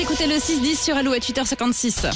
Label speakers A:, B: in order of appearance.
A: écoutez le 6-10 sur Alouette 8h56.